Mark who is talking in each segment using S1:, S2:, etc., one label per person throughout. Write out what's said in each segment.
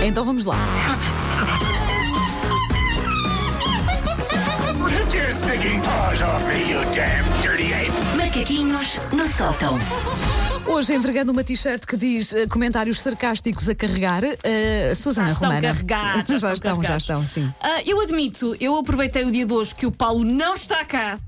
S1: Então vamos lá.
S2: Take your stinking paws off me, you damn dirty ape!
S3: Macaquinhos no sótão.
S1: Hoje entregando uma t-shirt que diz eh, comentários sarcásticos a carregar. eh, Susana
S4: Já estão
S1: Romana.
S4: carregados.
S1: Já, estão, já
S4: carregados.
S1: estão, sim.
S4: Ah, eu admito, eu aproveitei o dia de hoje que o Paulo não está cá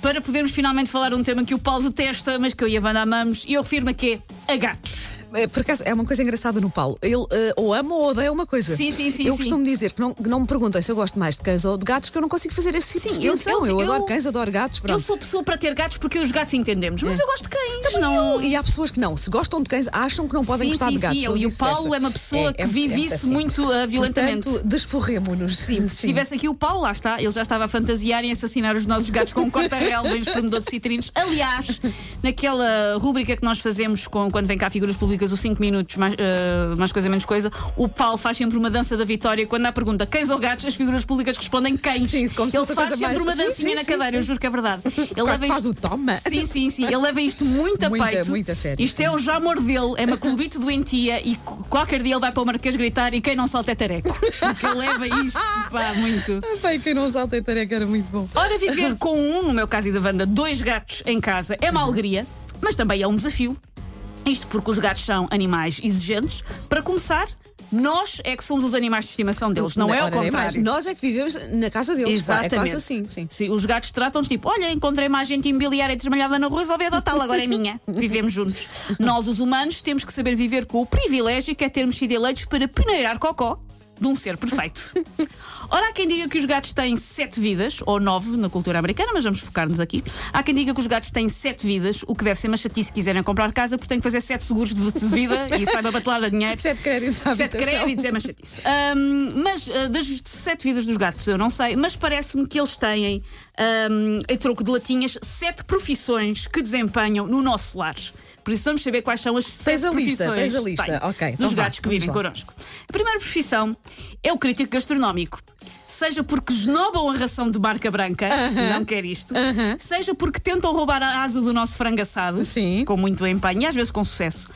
S4: para podermos finalmente falar um tema que o Paulo detesta, mas que eu e a Wanda amamos, e eu refiro-me a quê? é A gatos.
S1: Eh, Por acaso, é uma coisa engraçada no Paulo. Ele eh, ou ama ou odeia uma coisa.
S4: Sim, sim, sim,
S1: Eu
S4: sim.
S1: costumo dizer que não, que não me perguntem se eu gosto mais de cães ou de gatos, que eu não consigo fazer esse tipo
S4: Sim,
S1: de
S4: eu-
S1: distinção. Eu,
S4: eu- eu-
S1: adoro cães, adoro gatos.
S4: Eu
S1: Pronto.
S4: sou pessoa para ter gatos porque eu e os gatos entendemos, mas
S1: É.
S4: eu gosto de cães. Não.
S1: E há pessoas que não. Se gostam de cães, acham que não podem
S4: sim,
S1: gostar
S4: sim,
S1: de gatos.
S4: sim.
S1: ou
S4: eu- E o
S1: vice-versa.
S4: Paulo é uma pessoa
S1: É,
S4: que
S1: é-
S4: vive
S1: é
S4: isso
S1: assim.
S4: muito ah, violentamente.
S1: Portanto, desforremos-nos.
S4: Sim, se estivesse aqui o Paulo, lá está, ele já estava a fantasiar em assassinar os nossos gatos com um corta-relva e um espremedor de citrinos. Aliás, naquela rúbrica que nós fazemos com, quando vem cá figuras públicas, o 5 minutos, mais, eh, mais coisa menos coisa, o Paulo faz sempre uma dança da vitória quando há a pergunta cães ou gatos, as figuras públicas respondem cães.
S1: Sim, como se
S4: ele
S1: fosse a
S4: faz
S1: coisa
S4: sempre
S1: mais-
S4: uma
S1: Sim,
S4: dancinha
S1: sim,
S4: na
S1: sim,
S4: cadeira, eu
S1: sim.
S4: juro que é verdade. Ele
S1: Quase faz o toma.
S4: Sim, sim, sim. Ele leva isto muito a
S1: Muito,
S4: peito.
S1: muito a sério,
S4: Isto é o já mordeu, é uma clubite doentia e qu- qualquer dia ele vai para o Marquês gritar e quem não salta é tareco. Porque ele leva isto, pá, muito.
S1: Bem, quem não salta em tareca era muito bom.
S4: Ora, viver com um, no meu caso e da Wanda, dois gatos em casa é uma alegria, mas também é um desafio. Isto porque os gatos são animais exigentes. Para começar, nós é que somos os animais de estimação deles, não é ao
S1: Ora, nem mais.
S4: contrário.
S1: Nós é que vivemos na casa deles. pá. É quase assim, sim.
S4: Sim, os gatos tratam-nos tipo: olha, encontrei uma agente imobiliária desmalhada na rua, resolvi adotá-la, agora é minha. Vivemos juntos. Nós, os humanos, temos que saber viver com o privilégio que é termos sido eleitos para peneirar cocó de um ser perfeito. Ora, há quem diga que os gatos têm sete vidas, ou nove na cultura americana, mas vamos focar-nos aqui. Há quem diga que os gatos têm sete vidas, o que deve ser uma chatice se quiserem comprar casa, porque têm que fazer sete seguros de de vida e sai uma batelada de dinheiro.
S1: Sete créditos é à
S4: Sete
S1: habitação.
S4: créditos é uma chatice. Ahm, mas ah, das sete vidas dos gatos eu não sei, mas parece-me que eles têm, ahm, em troco de latinhas, sete profissões que desempenham no nosso lar. Por isso vamos saber quais são as sete
S1: a lista,
S4: profissões
S1: tens a lista.
S4: Tenho,
S1: Ok, então
S4: dos
S1: vá,
S4: gatos que
S1: vamos
S4: vivem
S1: lá.
S4: connosco. A primeira profissão é o crítico gastronómico. Seja porque esnobam a ração de marca branca, não quer isto, seja porque tentam roubar a asa do nosso frango assado,
S1: Sim.
S4: com muito empenho e às vezes com sucesso.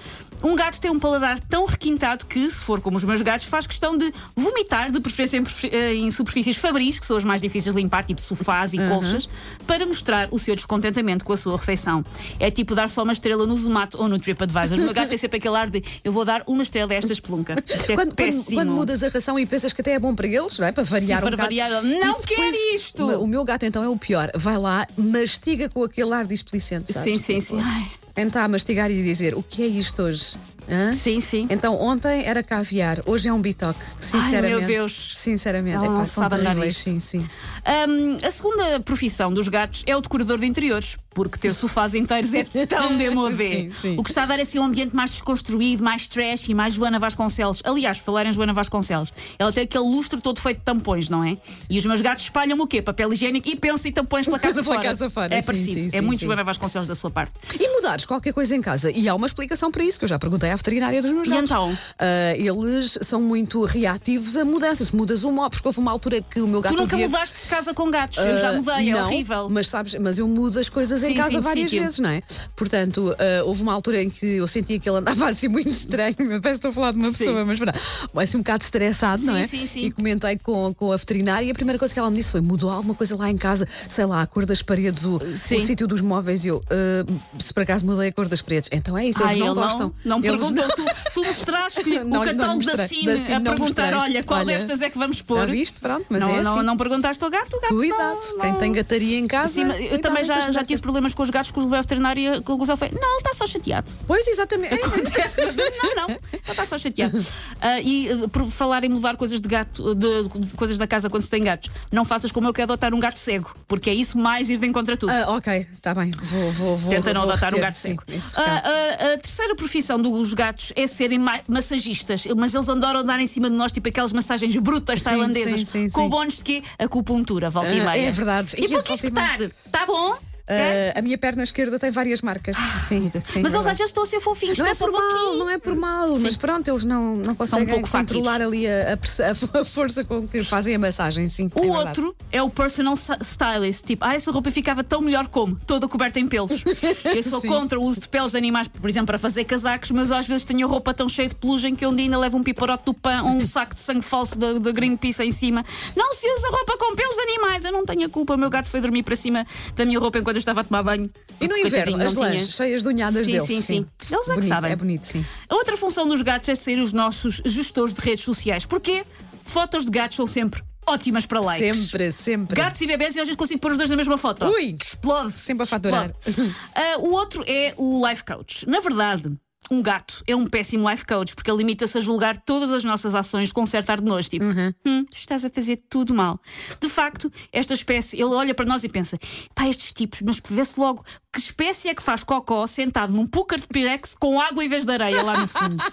S4: Um gato tem um paladar tão requintado que, se for como os meus gatos, faz questão de vomitar, de preferência em, prefe- eh, em superfícies fabris, que são as mais difíceis de limpar, tipo sofás
S1: Uhum.
S4: e colchas, para mostrar o seu descontentamento com a sua refeição. É tipo dar só uma estrela no Zomato ou no TripAdvisor. O meu gato tem sempre aquele ar de eu vou dar uma estrela a esta espelunca. Isto é
S1: Quando, quando,
S4: péssimo.
S1: quando mudas a ração e pensas que até é bom para eles, não é? Para variar
S4: Sim,
S1: um
S4: para
S1: bocado.
S4: variar. Não
S1: E depois,
S4: quero isto!
S1: O meu gato então é o pior. Vai lá, mastiga com aquele ar displicente,
S4: Sim,
S1: sabes? é
S4: sim, sim. Ai.
S1: Tentar mastigar e dizer o que é isto hoje? Hã?
S4: Sim, sim.
S1: Então ontem era caviar, hoje é um bitoque. que, Sinceramente.
S4: meu Deus.
S1: Sinceramente,
S4: Ela
S1: é
S4: não
S1: pá,
S4: sabe andar nisto.
S1: Sim, sim.
S4: Hum, a segunda profissão dos gatos é o decorador de interiores, porque ter sofás inteiros é tão demodé.
S1: Sim, sim.
S4: O que está a dar assim um ambiente mais desconstruído, mais trash e mais Joana Vasconcelos. Aliás, falar em Joana Vasconcelos, ela tem aquele lustre todo feito de tampões, não é? E os meus gatos espalham o quê? Papel higiênico e pensa em tampões pela casa
S1: Pela
S4: fora.
S1: casa fora,
S4: É
S1: sim,
S4: parecido,
S1: sim,
S4: é
S1: sim,
S4: muito
S1: sim.
S4: Joana Vasconcelos da sua parte.
S1: E mudares qualquer coisa em casa. E há uma explicação para isso, que eu já perguntei à veterinária dos meus
S4: E
S1: gatos.
S4: então?
S1: Ah, eles são muito reativos a mudanças. Se mudas o móvel, porque houve uma altura que o meu gato.
S4: tu nunca
S1: um dia-
S4: mudaste de casa com gatos, eu já
S1: Ah,
S4: mudei, é
S1: não,
S4: horrível.
S1: Mas sabes, mas eu mudo as coisas em
S4: Sim,
S1: casa
S4: sim, de
S1: várias
S4: sítio.
S1: vezes, não é? Portanto, ah, houve uma altura em que eu sentia que ele andava assim muito estranho. Parece que estou a falar de uma
S4: Sim.
S1: pessoa, mas pronto. Assim um bocado estressado, não
S4: Sim,
S1: é?
S4: sim, sim.
S1: E comentei com, com a veterinária e a primeira coisa que ela me disse foi: mudou alguma coisa lá em casa, sei lá, a cor das paredes, o,
S4: Ah, Sim.
S1: o sítio dos móveis. E eu, ah, se por acaso mudei a cor das paredes, então é isso, eles
S4: Ai,
S1: não
S4: ele
S1: gostam.
S4: Não, não
S1: Eles
S4: perguntam, tu, tu mostraste-lhe
S1: Não,
S4: o
S1: não
S4: catálogo é da
S1: mostrei,
S4: Cine,
S1: da Cine
S4: a
S1: não
S4: perguntar:
S1: mostrei.
S4: olha, qual
S1: Olha,
S4: destas é que vamos pôr?
S1: já viste? Pronto, mas
S4: não,
S1: é
S4: não,
S1: assim.
S4: não perguntaste ao gato, o gato
S1: Cuidado,
S4: não,
S1: quem
S4: não.
S1: tem gataria em casa.
S4: Sim, mas eu
S1: cuidado
S4: também
S1: com
S4: já,
S1: as
S4: já tive problemas com os gatos que o veterinário, a conclusão foi: não, ele está só chateado.
S1: Pois, exatamente.
S4: Acontece. não, não, ele está só chateado. Ah, e ah, por falar em mudar coisas de gato, de, de coisas da casa quando se tem gatos, não faças como eu que é adotar um gato cego, porque é isso mais ir de encontro a tudo.
S1: Ah, ok, está bem. Vou, vou, vou.
S4: Tenta não
S1: vou
S4: adotar um
S1: reter,
S4: gato
S1: sim,
S4: seco.
S1: esse
S4: Ah,
S1: recado.
S4: ah, a terceira profissão dos gatos é serem ma- massagistas, mas eles adoram andar em cima de nós, tipo aquelas massagens brutas tailandesas,
S1: sim, sim,
S4: com
S1: sim.
S4: bônus de quê? Acupuntura, volta e
S1: Ah,
S4: meia.
S1: é verdade.
S4: E
S1: E
S4: vou
S1: a
S4: aqui
S1: volta e meia?
S4: espetar, está bom?
S1: Ah, a minha perna esquerda tem várias marcas. sim, sim.
S4: Ah, Mas eles
S1: verdade.
S4: às vezes estão a ser fofinhos, tá
S1: Não é
S4: estão
S1: por
S4: só
S1: mal,
S4: fofinhos.
S1: não é por mal, mas pronto, eles não, não
S4: São um
S1: conseguem
S4: pouco
S1: controlar ali a, a press- a força com que fazem a massagem, sim. é
S4: O
S1: verdade.
S4: outro é o personal sa- stylist. Tipo, ah, essa roupa ficava tão melhor como, toda coberta em pelos. Eu sou contra o uso de peles de animais, por exemplo, para fazer casacos, mas às vezes tenho a roupa tão cheia de pelugem que um dia ainda levo um piparote do pão ou um saco de sangue falso da da Greenpeace em cima. Não se usa roupa com pelos de animais, eu não tenho a culpa. O meu gato foi dormir para cima da minha roupa enquanto eu estava a tomar banho.
S1: E no
S4: Coitadinho,
S1: inverno,
S4: não
S1: as
S4: tinha.
S1: lãs cheias de unhadas
S4: Sim,
S1: deles.
S4: sim, sim. Eles é que
S1: bonito,
S4: sabem.
S1: É bonito, sim.
S4: A outra função dos gatos é ser os nossos gestores de redes sociais. Porquê? Fotos de gatos são sempre ótimas para likes.
S1: Sempre, sempre.
S4: Gatos e bebês e às vezes consigo pôr os dois na mesma foto.
S1: Ui!
S4: Explode!
S1: Sempre a faturar.
S4: Explode. Ah, o outro é o life coach. Na verdade, um gato é um péssimo life coach porque ele limita-se a julgar todas as nossas ações com um certo ar de nojo, tipo,
S1: Uhum.
S4: "Hum, estás a fazer tudo mal. De facto, esta espécie, ele olha para nós e pensa, pá, estes tipos, mas vê-se logo que espécie é que faz cocó sentado num púcar de pirex com água em vez de areia lá no fundo.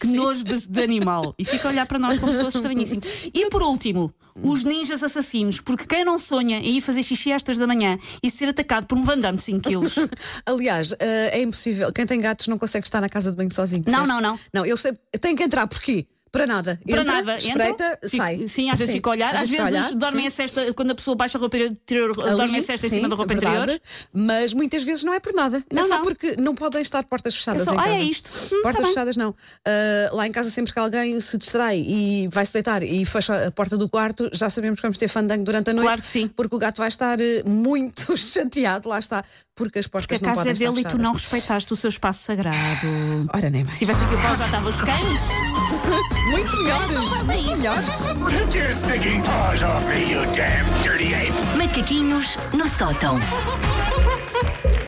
S4: que nojo de, de animal. E fica a olhar para nós como pessoas estranhíssimas. E por último, os ninjas assassinos, porque quem não sonha em ir fazer xixi às 3 da manhã e ser atacado por um Van Damme de 5 quilos?
S1: Aliás, eh, é impossível. Quem tem gatos não consegue estar na casa de banho sozinho.
S4: Não,
S1: certo?
S4: não, não.
S1: Não, eles sempre- têm que entrar. Porquê? Para nada.
S4: Para
S1: Entra,
S4: nada,
S1: espreita,
S4: entra,
S1: sai.
S4: Fico, sim, às vezes fica a olhar. Às
S1: fica a
S4: vezes
S1: olhar,
S4: dormem a
S1: sim.
S4: cesta, quando a pessoa baixa a roupa interior,
S1: Ali,
S4: dorme a cesta em
S1: sim,
S4: cima da roupa
S1: é
S4: interior.
S1: verdade, Mas muitas vezes não é por nada. é
S4: Não,
S1: só
S4: não.
S1: porque não podem estar portas fechadas.
S4: É só,
S1: em
S4: "Ah,
S1: casa.
S4: é isto. Hum, tá
S1: portas
S4: bem."
S1: fechadas não. Ah, lá em casa, sempre que alguém se distrai e vai se deitar e fecha a porta do quarto, já sabemos que vamos ter fandango durante a noite.
S4: Claro que sim.
S1: Porque o gato vai estar eh, muito chateado, lá está, porque as
S4: Porque
S1: portas
S4: a
S1: não
S4: casa
S1: podem
S4: é
S1: estar
S4: dele e tu
S1: fechadas.
S4: não respeitaste o seu espaço sagrado.
S1: Ora, nem mais.
S4: Se tivesse aqui o pau, já estava os cães.
S1: Muitos melhores.
S4: fazem
S1: muito
S4: isso.
S1: melhores.
S2: Take your stinking paws off me, you damn dirty ape!
S3: Macaquinhos no sótão.